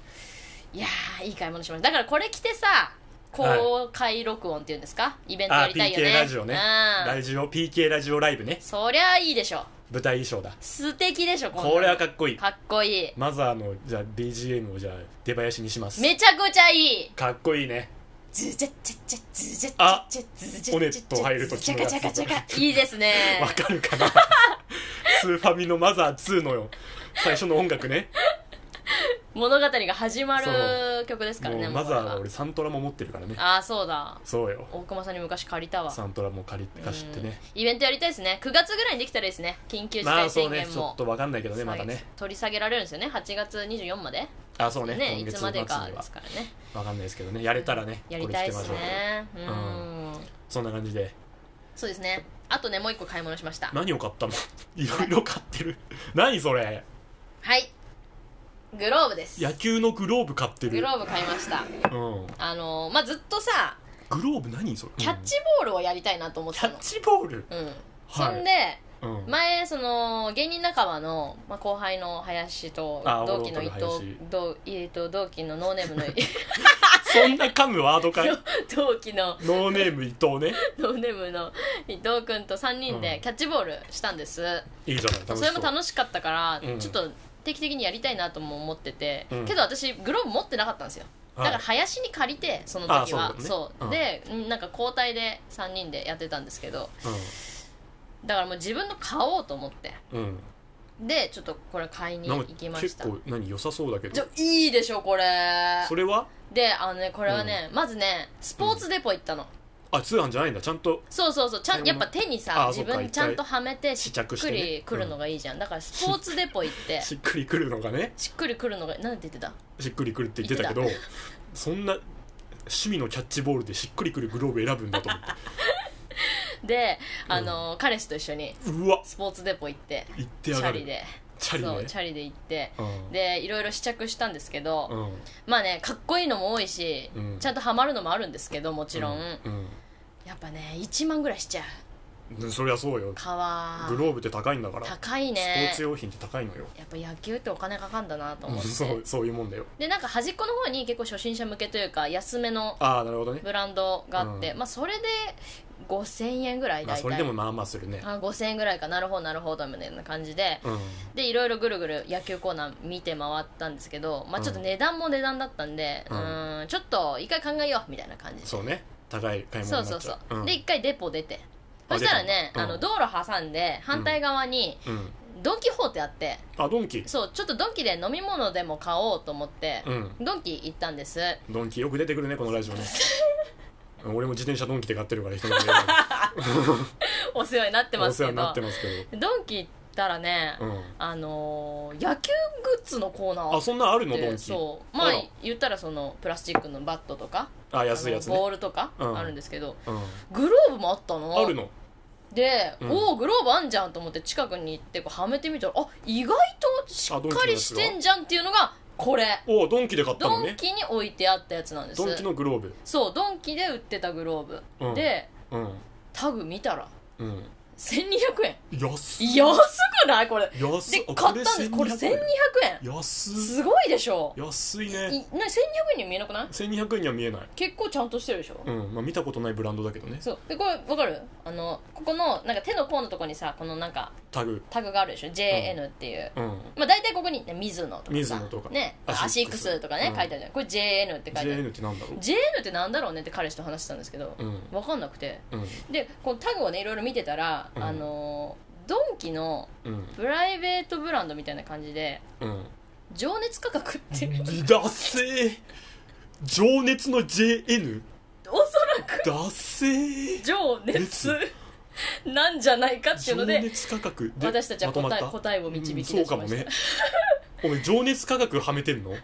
Speaker 1: いやーいい買い物しましただからこれ着てさ公開録音っていうんですかイベントやりたいよね
Speaker 2: PK ラジオね
Speaker 1: うん
Speaker 2: ラジオ PK ラジオライブね
Speaker 1: そりゃいいでしょ
Speaker 2: 舞台衣装だ
Speaker 1: 素敵でしょこんなの
Speaker 2: これはかっこいい
Speaker 1: かっこいい
Speaker 2: マザーのじゃあ BGM をじゃあ出囃子にします
Speaker 1: めちゃくちゃいい
Speaker 2: かっこいいね
Speaker 1: ズジャッチャッチャズジャッチャ
Speaker 2: あ
Speaker 1: ッチャズジャ
Speaker 2: オネ
Speaker 1: ッチャ
Speaker 2: ット入ると
Speaker 1: ジ
Speaker 2: き
Speaker 1: ャ
Speaker 2: の
Speaker 1: カ
Speaker 2: や
Speaker 1: ジャカジャ
Speaker 2: つ
Speaker 1: カいいですね
Speaker 2: わかる
Speaker 1: *laughs*
Speaker 2: かなスーファミのマザー2のよ最初の音楽ね
Speaker 1: 物語が始ま
Speaker 2: そ
Speaker 1: る曲ですからね
Speaker 2: もう
Speaker 1: もうこれ
Speaker 2: マザ
Speaker 1: は
Speaker 2: ーは俺サントラも持ってるからね
Speaker 1: ああそうだ
Speaker 2: そうよ
Speaker 1: 大熊さんに昔借りたわ
Speaker 2: サントラも借り貸してね
Speaker 1: イベントやりたいですね9月ぐらいにできたらいいですね緊急事
Speaker 2: まあ
Speaker 1: 態
Speaker 2: そう
Speaker 1: 宣
Speaker 2: ね
Speaker 1: 言
Speaker 2: ちょっ
Speaker 1: も
Speaker 2: とわかんないけどねま
Speaker 1: 下
Speaker 2: た
Speaker 1: げ
Speaker 2: ね
Speaker 1: 取り下げられるんですよね8月24まで
Speaker 2: あそうね
Speaker 1: ね
Speaker 2: 今
Speaker 1: い
Speaker 2: 月
Speaker 1: つ
Speaker 2: 末
Speaker 1: ま
Speaker 2: に
Speaker 1: で
Speaker 2: は
Speaker 1: かですからね
Speaker 2: わかんないですけどねやれたらね
Speaker 1: やりたいです
Speaker 2: これつけましょう
Speaker 1: ねう
Speaker 2: うん
Speaker 1: ん
Speaker 2: そんな感じで
Speaker 1: そうですねあとねもう一個買い物しました
Speaker 2: 何を買ったの *laughs* いろいろ買ってる何それ
Speaker 1: はいグローブです
Speaker 2: 野球のグローブ買ってる
Speaker 1: グローブ買いました
Speaker 2: うん、
Speaker 1: あのまあずっとさ
Speaker 2: グローブ何それ
Speaker 1: キャッチボールをやりたいなと思っ
Speaker 2: キ
Speaker 1: てた
Speaker 2: ャ
Speaker 1: の
Speaker 2: ッ、チボール、
Speaker 1: うん
Speaker 2: はい
Speaker 1: そんで
Speaker 2: うん
Speaker 1: 前その芸人仲間の、まあ、後輩の林と
Speaker 2: あ
Speaker 1: 同期の
Speaker 2: オ
Speaker 1: 伊
Speaker 2: ロオロと
Speaker 1: 藤同,、えー、と同期のノーネー
Speaker 2: *laughs*
Speaker 1: ムの
Speaker 2: そんな噛むワードかい
Speaker 1: *laughs* 同期の
Speaker 2: ノーネーム伊藤ね
Speaker 1: ノーネームの伊藤君と3人
Speaker 2: う
Speaker 1: で
Speaker 2: ん
Speaker 1: キャッチボールしたんです、
Speaker 2: いいじゃない楽し
Speaker 1: それも
Speaker 2: し
Speaker 1: 楽しかったから、
Speaker 2: うん
Speaker 1: ちょっと定期的にやりたいなとも思ってて、
Speaker 2: うん
Speaker 1: けど私グローブ持ってなかったんですよだから林に借りてその時は
Speaker 2: あそう
Speaker 1: そ
Speaker 2: だね
Speaker 1: う,、
Speaker 2: うん
Speaker 1: でうんなんか交代で3人でやってたんですけどだからもう自分の買おうと思って
Speaker 2: うん、
Speaker 1: でちょっとこれ買い
Speaker 2: う
Speaker 1: に
Speaker 2: ん、なん
Speaker 1: 行
Speaker 2: か
Speaker 1: きまし
Speaker 2: 結
Speaker 1: た
Speaker 2: 構何良さそうだけ
Speaker 1: じ
Speaker 2: ど
Speaker 1: ゃいいでしょこれ
Speaker 2: それは
Speaker 1: であのねこれはね、まずねスポーツデポ行ったの、
Speaker 2: あ通販じゃないんだちゃんと
Speaker 1: そうそうそうちゃん
Speaker 2: 買
Speaker 1: や
Speaker 2: い
Speaker 1: っ
Speaker 2: 物
Speaker 1: ぱ手にさ
Speaker 2: あ
Speaker 1: 自
Speaker 2: そうか
Speaker 1: 分ちゃんとはめてし
Speaker 2: 試
Speaker 1: っ
Speaker 2: 着し
Speaker 1: く
Speaker 2: てね
Speaker 1: りくるのがいいじゃん、だからスポーツデポ行って
Speaker 2: *laughs* しっくりくるのがね
Speaker 1: しっくりくるのがなんて言ってた
Speaker 2: しっくりくるって言ってたけどそんな趣味のキャッチボールでしっくりくるグローブ選ぶんだと
Speaker 1: *laughs*
Speaker 2: 思っ
Speaker 1: であの、彼氏と一緒に
Speaker 2: てうわ
Speaker 1: スポーツデポ行って
Speaker 2: 行っ
Speaker 1: チ
Speaker 2: てやが
Speaker 1: ャ
Speaker 2: る
Speaker 1: リで
Speaker 2: チャリ
Speaker 1: そう
Speaker 2: ね
Speaker 1: チャリで行って
Speaker 2: うん
Speaker 1: でいろいろ試着したんですけど、
Speaker 2: うんも
Speaker 1: まあねかっこいいのも多いし、
Speaker 2: うん
Speaker 1: ちゃんとハマるのもあるんですけどもちろん、
Speaker 2: うん
Speaker 1: やっぱね1万ぐらいしちゃう
Speaker 2: うんそりゃそうよ
Speaker 1: かわ
Speaker 2: グローブって高いんだから
Speaker 1: 高い
Speaker 2: スポ
Speaker 1: ね
Speaker 2: ーツ用品って高いのよ
Speaker 1: やっぱ野球ってお金かかんだなと思って
Speaker 2: そうそういうもんだよ
Speaker 1: でなんか端っこの方に結構初心者向けというか安めの
Speaker 2: ああなるほどね
Speaker 1: ブランドがあって、
Speaker 2: うん
Speaker 1: まあそれで5000円ぐらい
Speaker 2: まあ
Speaker 1: 大体、
Speaker 2: それでもまあまあするね
Speaker 1: あ5000円ぐらいかなるほどなるほどみたいな感じで、
Speaker 2: うん
Speaker 1: でいろいろぐるぐる野球コーナー見て回ったんですけど、まあ、ちょっと値段も値段だったんで、う
Speaker 2: うん
Speaker 1: ーん、ちょっと一回考えようみたいな感じで
Speaker 2: そうね高い買い
Speaker 1: そ
Speaker 2: 物
Speaker 1: う
Speaker 2: に
Speaker 1: そ
Speaker 2: な
Speaker 1: う
Speaker 2: っ
Speaker 1: そう
Speaker 2: ちゃ、ん
Speaker 1: で一回デポ出て
Speaker 2: あ
Speaker 1: そしたらね、
Speaker 2: 出た
Speaker 1: あの
Speaker 2: のうん
Speaker 1: 道路挟んで反対側に
Speaker 2: うん
Speaker 1: ドン・キホーテあって、
Speaker 2: あドンキ
Speaker 1: そうちょっとドンキで飲み物でも買おうと思って、
Speaker 2: うん
Speaker 1: ドンキ行ったんです *laughs*
Speaker 2: ドンキよく出てくるねこのラジオね俺も自転車ドンキで買ってるから
Speaker 1: *laughs*
Speaker 2: 人の家で
Speaker 1: お世話になってま
Speaker 2: お
Speaker 1: す
Speaker 2: 世話
Speaker 1: け
Speaker 2: にな
Speaker 1: ど
Speaker 2: ってますけ
Speaker 1: ドンキ行ったらね、
Speaker 2: どうん
Speaker 1: あのー野球グッズのコーナー
Speaker 2: あそんなあるのドン
Speaker 1: で
Speaker 2: キ
Speaker 1: そうまあ
Speaker 2: あら
Speaker 1: 言ったらそのプラスチックのバットとか
Speaker 2: あ安いやつ
Speaker 1: あの
Speaker 2: ね
Speaker 1: ボールとか
Speaker 2: うん
Speaker 1: あるんですけど、
Speaker 2: うん
Speaker 1: グローブもあったの
Speaker 2: あるの
Speaker 1: で、
Speaker 2: うん
Speaker 1: おおグローブあんじゃんと思って近くに行ってこうはめてみたらあ意外としっかりしてんじゃんっていうのがこれ
Speaker 2: おドンキで買ったの
Speaker 1: ドン
Speaker 2: ね
Speaker 1: キに置いてあったやつなんです
Speaker 2: ドンキのグローブ
Speaker 1: そうドンキで売ってたグローブ、
Speaker 2: うん
Speaker 1: で
Speaker 2: うん
Speaker 1: タグ見たら
Speaker 2: うん
Speaker 1: 1200円
Speaker 2: 安っ
Speaker 1: 安くないこれで
Speaker 2: 安っあ
Speaker 1: 買ったんですこれ1200
Speaker 2: 1200
Speaker 1: 円
Speaker 2: 安っ
Speaker 1: すごいでしょ
Speaker 2: 安い
Speaker 1: いな
Speaker 2: ね
Speaker 1: 1200円に見えなくない
Speaker 2: 1200円には見えない
Speaker 1: 結構ちゃんとしてるでしょ、
Speaker 2: うんまあ見たことないブランドだけどね
Speaker 1: そうでこれわかるあのここのなんか手の甲のとこにさこのなんか
Speaker 2: タグ
Speaker 1: タグがあるでしょ JN っていう、
Speaker 2: うん
Speaker 1: まあ大体ここに、ね、水野とかさ
Speaker 2: 水野とか
Speaker 1: ねア
Speaker 2: ア
Speaker 1: シ
Speaker 2: シ
Speaker 1: ッ
Speaker 2: ッ
Speaker 1: ク
Speaker 2: クス
Speaker 1: スとかね、
Speaker 2: うん
Speaker 1: 書いてあるじゃんこれ JN って書いてある
Speaker 2: JN ってなんだろう
Speaker 1: JN ってなんだろうねって彼氏と話してたんですけど、
Speaker 2: うん
Speaker 1: わかんなくて
Speaker 2: うん
Speaker 1: でこのタグをねいろいろ見てたら、
Speaker 2: うん
Speaker 1: あのードンキの
Speaker 2: うん
Speaker 1: プライベートブランドみたいな感じで
Speaker 2: *laughs* うん
Speaker 1: 情熱価格っていう
Speaker 2: だせー情熱の JN
Speaker 1: おそらく
Speaker 2: だせー
Speaker 1: 情熱なんじゃないかっていう
Speaker 2: 情
Speaker 1: ので
Speaker 2: 熱価格で
Speaker 1: 私たちは答え
Speaker 2: まとまった
Speaker 1: 答えを導き出しました
Speaker 2: うんそうかもね *laughs* お前情熱価格はめてんの、ま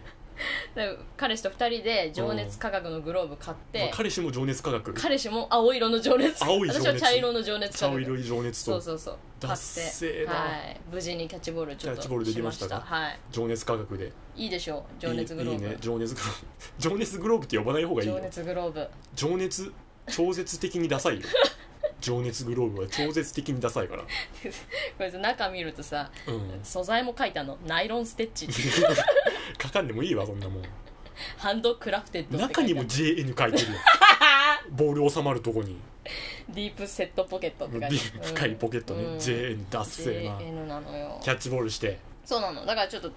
Speaker 1: で彼氏と2人で情熱価格のグローブ買っ
Speaker 2: あ
Speaker 1: て、
Speaker 2: 彼氏も情熱価格
Speaker 1: 彼氏も青色の情熱
Speaker 2: 青い情熱
Speaker 1: 私は茶色の情熱価
Speaker 2: 茶
Speaker 1: 格
Speaker 2: 色い情熱
Speaker 1: そう
Speaker 2: と
Speaker 1: そうそう買
Speaker 2: ダッ
Speaker 1: って
Speaker 2: セーな
Speaker 1: はい無事にキャッチボールちょっと
Speaker 2: キャッチボールできましたか
Speaker 1: は
Speaker 2: 情熱価格で
Speaker 1: いいいでしょう情熱グローブ
Speaker 2: いいいいね情熱グローブ *laughs* 情熱グローブって呼ばない方がいいよ
Speaker 1: 情熱グローブ
Speaker 2: 情熱超絶的にダ
Speaker 1: *laughs*
Speaker 2: サいよ情熱グローブは超絶的にダサいから
Speaker 1: これさ中見るとさ
Speaker 2: うん
Speaker 1: *laughs* 素材も書いたのナイロンステ
Speaker 2: *laughs*
Speaker 1: ッチって
Speaker 2: かかんでもいいわそんなもん
Speaker 1: ハンドクラフテッドって書
Speaker 2: 中
Speaker 1: い
Speaker 2: に
Speaker 1: てあ
Speaker 2: も
Speaker 1: る
Speaker 2: JN 書いて
Speaker 1: *laughs*
Speaker 2: るよボール収まるとこに
Speaker 1: ディープセットポケットって書いてある
Speaker 2: ビ深いポケットね、
Speaker 1: うん
Speaker 2: JN ダッセーな
Speaker 1: JN なのよ
Speaker 2: キャッチボールして
Speaker 1: そうなのだからちょっと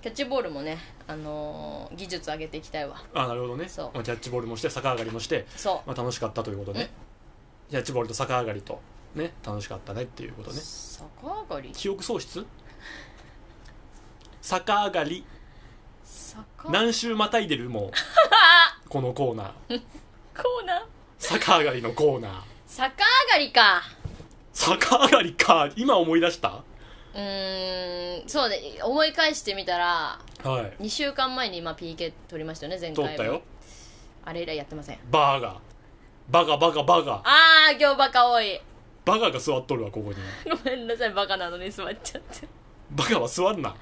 Speaker 1: キャッチボールもね、あのー技術上げていきたいわ
Speaker 2: あなるほどね
Speaker 1: そう
Speaker 2: まあ、キャッチボールもして逆上がりもして、
Speaker 1: そう
Speaker 2: まあ、楽しかったということで、
Speaker 1: うん
Speaker 2: キャッチボールと逆上がりとね楽しかったねっていうことね
Speaker 1: 逆上がり
Speaker 2: 記憶喪失逆上がり
Speaker 1: 逆
Speaker 2: 何周またいでるもうこのコーナー
Speaker 1: コーナー
Speaker 2: 逆上がりのコーナー
Speaker 1: 逆上がりか
Speaker 2: 逆上がりか今思い出した
Speaker 1: うーんそうで思い返してみたら
Speaker 2: はい
Speaker 1: 2週間前に今 PK 取りましたよね前
Speaker 2: 通
Speaker 1: 回
Speaker 2: ったよ
Speaker 1: あれ以来やってません
Speaker 2: バーガーバカバカバカ
Speaker 1: ああ今日バカ多い *laughs*
Speaker 2: バカが座っとるわここに
Speaker 1: ごめんなさいバカなのに座っちゃって
Speaker 2: バカは座んな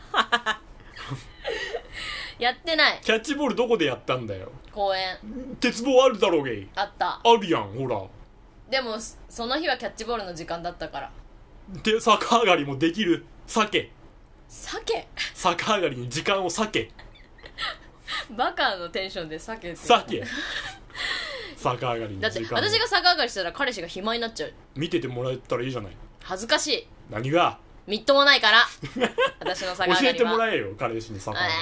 Speaker 1: やってない
Speaker 2: キャッチボールどこでやったんだよ
Speaker 1: 公演
Speaker 2: 鉄棒あるだろうげい
Speaker 1: あった
Speaker 2: あるやんほら
Speaker 1: でもそその日はキャッチボールの時間だったから
Speaker 2: で逆上がりもできる避け
Speaker 1: 鮭
Speaker 2: 逆上がりに時間を避け
Speaker 1: *laughs* バカのテンションで鮭って
Speaker 2: 避け逆上がりに
Speaker 1: だって
Speaker 2: 時間を
Speaker 1: 私が逆上がりしたら彼氏が暇になっちゃう
Speaker 2: 見ててもらえたらいいじゃない
Speaker 1: 恥ずかしい
Speaker 2: 何が
Speaker 1: みっともないから
Speaker 2: *laughs*
Speaker 1: 私の
Speaker 2: 教
Speaker 1: 逆上がりは
Speaker 2: えてもらえよ彼氏に逆上が
Speaker 1: あ
Speaker 2: り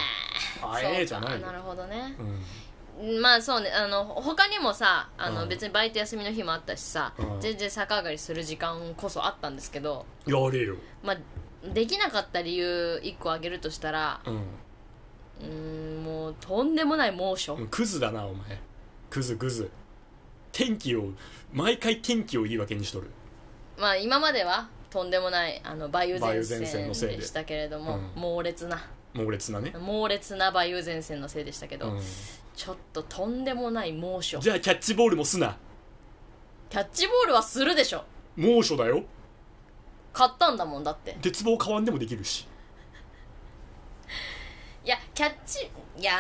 Speaker 2: あえ
Speaker 1: ー
Speaker 2: えじ
Speaker 1: そ
Speaker 2: ゃ
Speaker 1: う
Speaker 2: な
Speaker 1: か
Speaker 2: いよ
Speaker 1: なるほどね
Speaker 2: う、ん
Speaker 1: まあそうねあの他にもさあの、
Speaker 2: うん
Speaker 1: 別にバイト休みの日もあったしさ、
Speaker 2: うん
Speaker 1: 全然逆上がりする時間こそあったんですけど、
Speaker 2: やれよ
Speaker 1: まあ、できなかった理由1個挙げるとしたら
Speaker 2: う
Speaker 1: うーんもうとんでもない猛暑、
Speaker 2: んクズだなお前クズクズ天気を毎回天気を言い訳にしとる
Speaker 1: まあ今まではとんでもないあの梅雨前線
Speaker 2: 梅雨前線のせいで
Speaker 1: でしたけれども、
Speaker 2: うん
Speaker 1: 猛烈な
Speaker 2: 猛烈なね、
Speaker 1: 猛烈な梅雨前線のせいでしたけど、
Speaker 2: うん
Speaker 1: ちょっととんでもない猛暑
Speaker 2: じゃあキャッチボールもすな
Speaker 1: キャッチボールはするでしょ
Speaker 2: 猛暑だよ
Speaker 1: 買ったんだもんだって
Speaker 2: 鉄棒買わんでもできるし *laughs*
Speaker 1: いやキャッチいや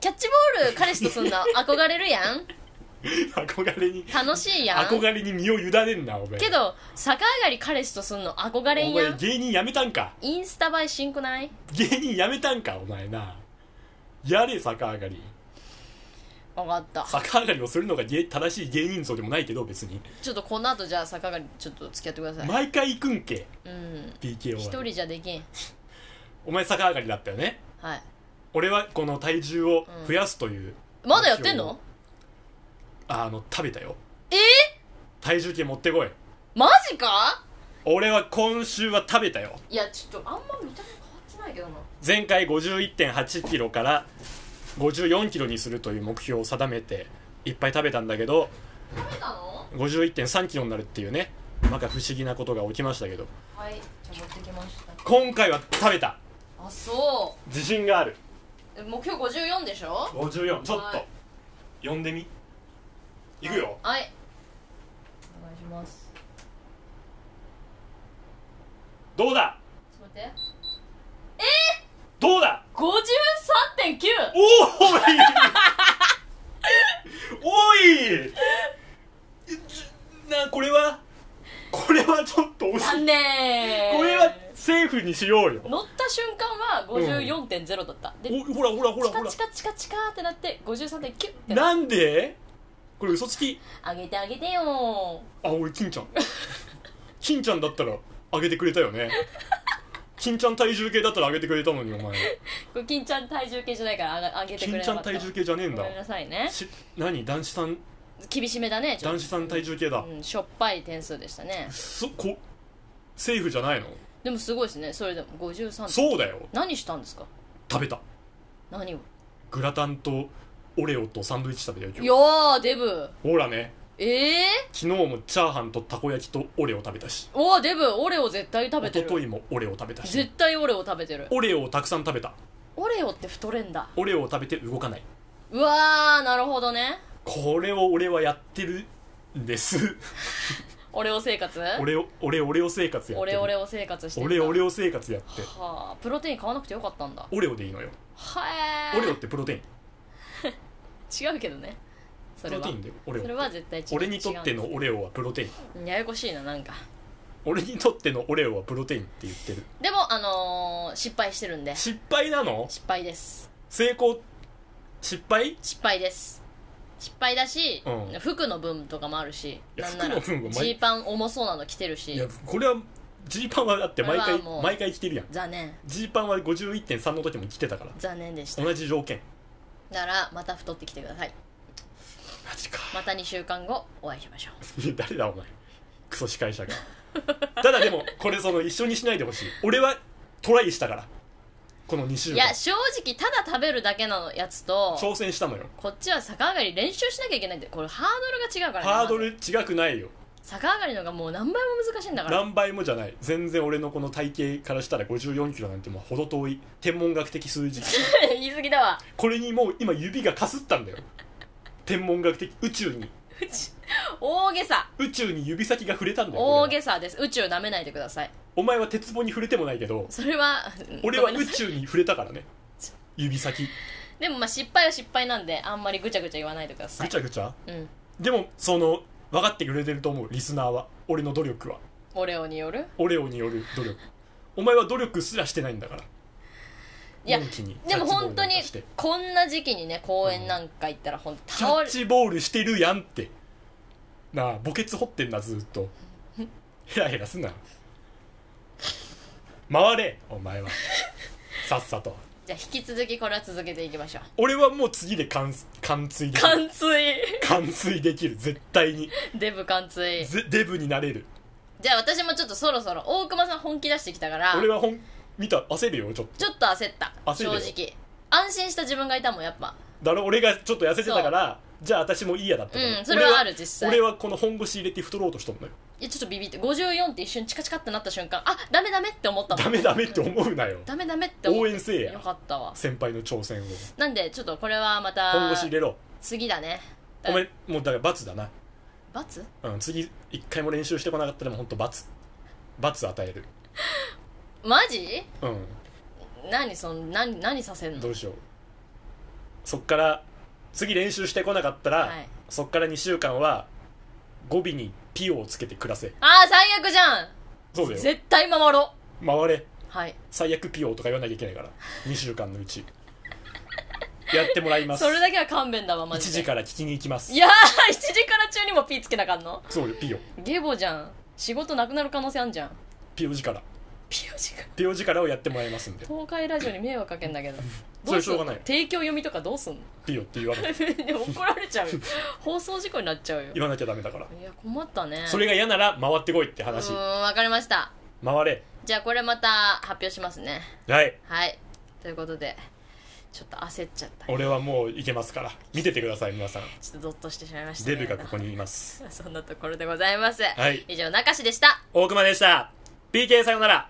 Speaker 1: キャッチボール彼氏とすんの憧れるやん
Speaker 2: 憧れに
Speaker 1: 楽しいやん
Speaker 2: 憧れに身を委ねんなお前
Speaker 1: けど逆上がり彼氏とすんの憧れん
Speaker 2: お
Speaker 1: や
Speaker 2: 前
Speaker 1: ん
Speaker 2: 芸人やめたんか
Speaker 1: インスタ映えしんくない
Speaker 2: 芸人やめたんかお前なやれ逆上がり
Speaker 1: 分かった
Speaker 2: 逆上がりをするのが芸正しい芸人像でもないけど別に
Speaker 1: ちょっとこの後じゃあ逆上がりちょっと付き合ってください、
Speaker 2: 毎回行くんけ
Speaker 1: うん一
Speaker 2: PKO
Speaker 1: 人
Speaker 2: は
Speaker 1: じゃできん
Speaker 2: お前逆上がりだったよね
Speaker 1: はい
Speaker 2: 俺はこの体重を増やすという、
Speaker 1: まだやってんの
Speaker 2: あの食べたよ
Speaker 1: え
Speaker 2: 体重計持ってこい
Speaker 1: マジか
Speaker 2: 俺は今週は食べたよ
Speaker 1: いやちょっとあんま見た目変わってないけどな
Speaker 2: 前回51.8キロから54キロにするという目標を定めていっぱい食べたんだけど
Speaker 1: 食べたの
Speaker 2: 51.3キロになるっていうねなんか不思議なことが起きましたけど
Speaker 1: はいじゃあ持ってきました
Speaker 2: 今回は食べた
Speaker 1: あそ
Speaker 2: 自信がある
Speaker 1: う目標54でしょ
Speaker 2: 54ちょっ
Speaker 1: は
Speaker 2: と
Speaker 1: い
Speaker 2: 呼んでみいくよ
Speaker 1: はいお願いします
Speaker 2: どうだ
Speaker 1: ちょっと待って
Speaker 2: どうだ
Speaker 1: 53.9
Speaker 2: おーいおいちなこれはこれはちょっと惜しい
Speaker 1: 残念
Speaker 2: これはセーフにしようよ
Speaker 1: 乗った瞬間は54.0だった、で
Speaker 2: おほらほらほら
Speaker 1: チ
Speaker 2: ほ
Speaker 1: カ
Speaker 2: ら
Speaker 1: チカチカチカーってなって53.9ってな
Speaker 2: なんでこれ嘘つき
Speaker 1: あげてあげてよ
Speaker 2: あ俺金ちゃん金ちゃんだったらあげてくれたよね金ちゃん体重計だったらあげてくれたのにお前
Speaker 1: これ金ちゃん体重計じゃないからあが上げてくれ
Speaker 2: 金
Speaker 1: な
Speaker 2: ち
Speaker 1: か
Speaker 2: ゃ
Speaker 1: っ
Speaker 2: ん
Speaker 1: た
Speaker 2: 体重計じゃねえん
Speaker 1: ご
Speaker 2: だ
Speaker 1: めんなさいね
Speaker 2: し何男子さん
Speaker 1: 厳しめだねちょっ
Speaker 2: 男子さん体重計だ
Speaker 1: と、うん、しょっぱい点数でしたね
Speaker 2: そこセーフじゃないの
Speaker 1: でもすごいですねそれでも53
Speaker 2: そうだよ
Speaker 1: 何したんですか
Speaker 2: 食べた
Speaker 1: 何を
Speaker 2: グラタンとオレオとサンドイッチ食べたよ今
Speaker 1: い
Speaker 2: 日
Speaker 1: やーデブ
Speaker 2: ほらね
Speaker 1: ええ
Speaker 2: 昨日もチャーハンとたこ焼きとオレオ食べたし
Speaker 1: ー、おーデブオレオ絶対食べて
Speaker 2: 一昨
Speaker 1: る
Speaker 2: 日もオレオ食べた
Speaker 1: 絶
Speaker 2: し
Speaker 1: 対オレオ食べてる
Speaker 2: オレオをたくさん食べた
Speaker 1: オレオって太れんだ
Speaker 2: オレオを食べて動かないう
Speaker 1: わーなるほどね
Speaker 2: これを俺はやってるんです
Speaker 1: オレオ生活
Speaker 2: 俺を俺オレオ生活やっ
Speaker 1: オ
Speaker 2: て
Speaker 1: レ
Speaker 2: る
Speaker 1: オレオ生活して
Speaker 2: 俺オレ
Speaker 1: オ
Speaker 2: オ生活やって
Speaker 1: はあプロテイン買わなくてよかったんだ
Speaker 2: オレオでいいのよ
Speaker 1: はえ
Speaker 2: オレオってプロテイン
Speaker 1: 違うけどねそ
Speaker 2: プ
Speaker 1: れ
Speaker 2: ロ
Speaker 1: は
Speaker 2: テインだよオレオ
Speaker 1: それは絶対違う
Speaker 2: 俺にとってのオレオはプロテイン
Speaker 1: 違うややこしいななんか
Speaker 2: 俺にとってのオレオはプロテインって言ってる
Speaker 1: でもあのー、失敗してるんで
Speaker 2: 失敗なの
Speaker 1: 失敗です
Speaker 2: 成功失敗い
Speaker 1: 失敗です失敗だし、
Speaker 2: うん
Speaker 1: 服の分とかもあるし
Speaker 2: いや
Speaker 1: なんならジ
Speaker 2: 服の分は毎
Speaker 1: ーパン重そうなの着てるし
Speaker 2: やこれはジーパンはだって毎
Speaker 1: これ
Speaker 2: 回
Speaker 1: はもう
Speaker 2: 毎回着てるやん
Speaker 1: 残念
Speaker 2: ジーパンは51.3の時も着てたから
Speaker 1: 残念でした
Speaker 2: 同じ条件
Speaker 1: ならまた太ってきてください
Speaker 2: マジか *laughs*
Speaker 1: また2週間後お会いしましょう
Speaker 2: 誰だお前クソ司会者
Speaker 1: *laughs*
Speaker 2: がただでもこれその一緒にしないでほしい俺はトライしたからこの2週
Speaker 1: い
Speaker 2: 間
Speaker 1: や正直ただ食べるだけのやつと
Speaker 2: 挑戦したのよ
Speaker 1: こっちは逆上がり練習しなきゃいけないんでこれハードルが違うからね
Speaker 2: ハード
Speaker 1: まず
Speaker 2: ル違くないよ
Speaker 1: 逆上がりのがもう何倍も難しいんだから
Speaker 2: 何倍もじゃない全然俺のこの体型からしたら5 4キロなんてもう程遠い天文学的数字
Speaker 1: *laughs* 言い過ぎだわ
Speaker 2: これにもう今指がかすった
Speaker 1: *laughs*
Speaker 2: んだよ天文学的宇宙に
Speaker 1: 大げさ
Speaker 2: 宇宙に指先が触れたんだよ
Speaker 1: 大
Speaker 2: 俺は
Speaker 1: げさです宇宙舐めないでください
Speaker 2: お前は鉄棒に触れてもないけど
Speaker 1: それはうん
Speaker 2: *laughs* 俺
Speaker 1: ご
Speaker 2: は
Speaker 1: めんな
Speaker 2: 宇
Speaker 1: さい
Speaker 2: 宙に触れたからね指先
Speaker 1: でもまあ失敗は失敗なんであんまりぐちゃぐちゃ言わないでくださ
Speaker 2: ぐ
Speaker 1: い
Speaker 2: ちゃぐちゃ
Speaker 1: うん
Speaker 2: でもその分かってくれてると思うリスナーは俺の努力は
Speaker 1: オレオによる
Speaker 2: オレオによる努力お前は努力すらしてないんだから
Speaker 1: いや
Speaker 2: のんきに
Speaker 1: でも本当に
Speaker 2: キャッチボールなんかして
Speaker 1: こんな時期にね公園なんか行ったら本当
Speaker 2: キャ
Speaker 1: 倒れ
Speaker 2: ッチボールしてるやんってなあ墓穴掘ってんだずっとヘラヘラすんな回れお前はさっさと
Speaker 1: じゃあ引き続きこれは続けていきましょう
Speaker 2: 俺はもう次で完完遂できる
Speaker 1: 貫通 *laughs*
Speaker 2: 完遂できる絶対に
Speaker 1: デブ貫通
Speaker 2: ぜデブになれる
Speaker 1: じゃあ私もちょっとそろそろ大熊さん本気出してきたから
Speaker 2: 俺は本見た焦るよちょっと
Speaker 1: ちょっと焦った
Speaker 2: 焦る
Speaker 1: 正
Speaker 2: よ
Speaker 1: 直安心した自分がいたもんやっぱ
Speaker 2: だろ俺がちょっと痩せてたからじゃあ私もいいやだったから
Speaker 1: うんそれはある実際
Speaker 2: 俺はこの本腰入れて太ろうとしとんのよ
Speaker 1: いやちょっとビビって54って一瞬チカチカってなった瞬間あダメダメって思ったもん
Speaker 2: ダメダメって思うなよ
Speaker 1: ダメダメって思っ
Speaker 2: 応
Speaker 1: た
Speaker 2: 援せえ
Speaker 1: よ
Speaker 2: や
Speaker 1: かったわ
Speaker 2: 先輩の挑戦を
Speaker 1: なんでちょっとこれはま
Speaker 2: 本
Speaker 1: た
Speaker 2: 腰入れろ
Speaker 1: 次だね
Speaker 2: お前もうだから罰だな、
Speaker 1: 罰
Speaker 2: うん、次一回も練習してこなかったらもう本当罰罰与える
Speaker 1: マジ
Speaker 2: うん
Speaker 1: 何その何何させん
Speaker 2: ど
Speaker 1: の
Speaker 2: うしようそっから次練習してこなかったら、
Speaker 1: はい
Speaker 2: そっから2週間は語尾にピオをつけて暮らせ
Speaker 1: ああ最悪じゃん
Speaker 2: そうだよ
Speaker 1: 絶対回ろう
Speaker 2: 回れ
Speaker 1: はい
Speaker 2: 最悪ピオとか言わなきゃいけないから2週間のうちやってもらいます
Speaker 1: それだけは勘弁だわ
Speaker 2: 1
Speaker 1: マジで
Speaker 2: 時から聞きに行きます
Speaker 1: いやー7時から中にもピーつけなあかんの
Speaker 2: そうよピオ
Speaker 1: ゲボじゃん仕事なくなる可能性あんじゃん
Speaker 2: ピオ力
Speaker 1: ピオジが
Speaker 2: ピオ力をやってもらいますんで
Speaker 1: 東海ラジオに迷惑かけんだけど
Speaker 2: それしょうがない
Speaker 1: どすんの提供読みとかどうすん
Speaker 2: *laughs*
Speaker 1: の
Speaker 2: ピオって言わな
Speaker 1: 怒られちゃうよ放送事故になっちゃうよ
Speaker 2: 言わなきゃダメだから
Speaker 1: いや困ったね
Speaker 2: それが嫌なら回ってこいって
Speaker 1: う
Speaker 2: 話
Speaker 1: ーんわかりました
Speaker 2: 回れ
Speaker 1: じゃあこれまた発表しますね
Speaker 2: はい
Speaker 1: はいということでちょっと焦っちゃったちょ
Speaker 2: 俺はもういけますから見ててください皆さん
Speaker 1: っとゾッとしてしまいました、
Speaker 2: デ
Speaker 1: ね、
Speaker 2: ブがここにいます
Speaker 1: *laughs* そんなところでございます、
Speaker 2: はい
Speaker 1: 以上中志でした
Speaker 2: 大熊でした PK さよなら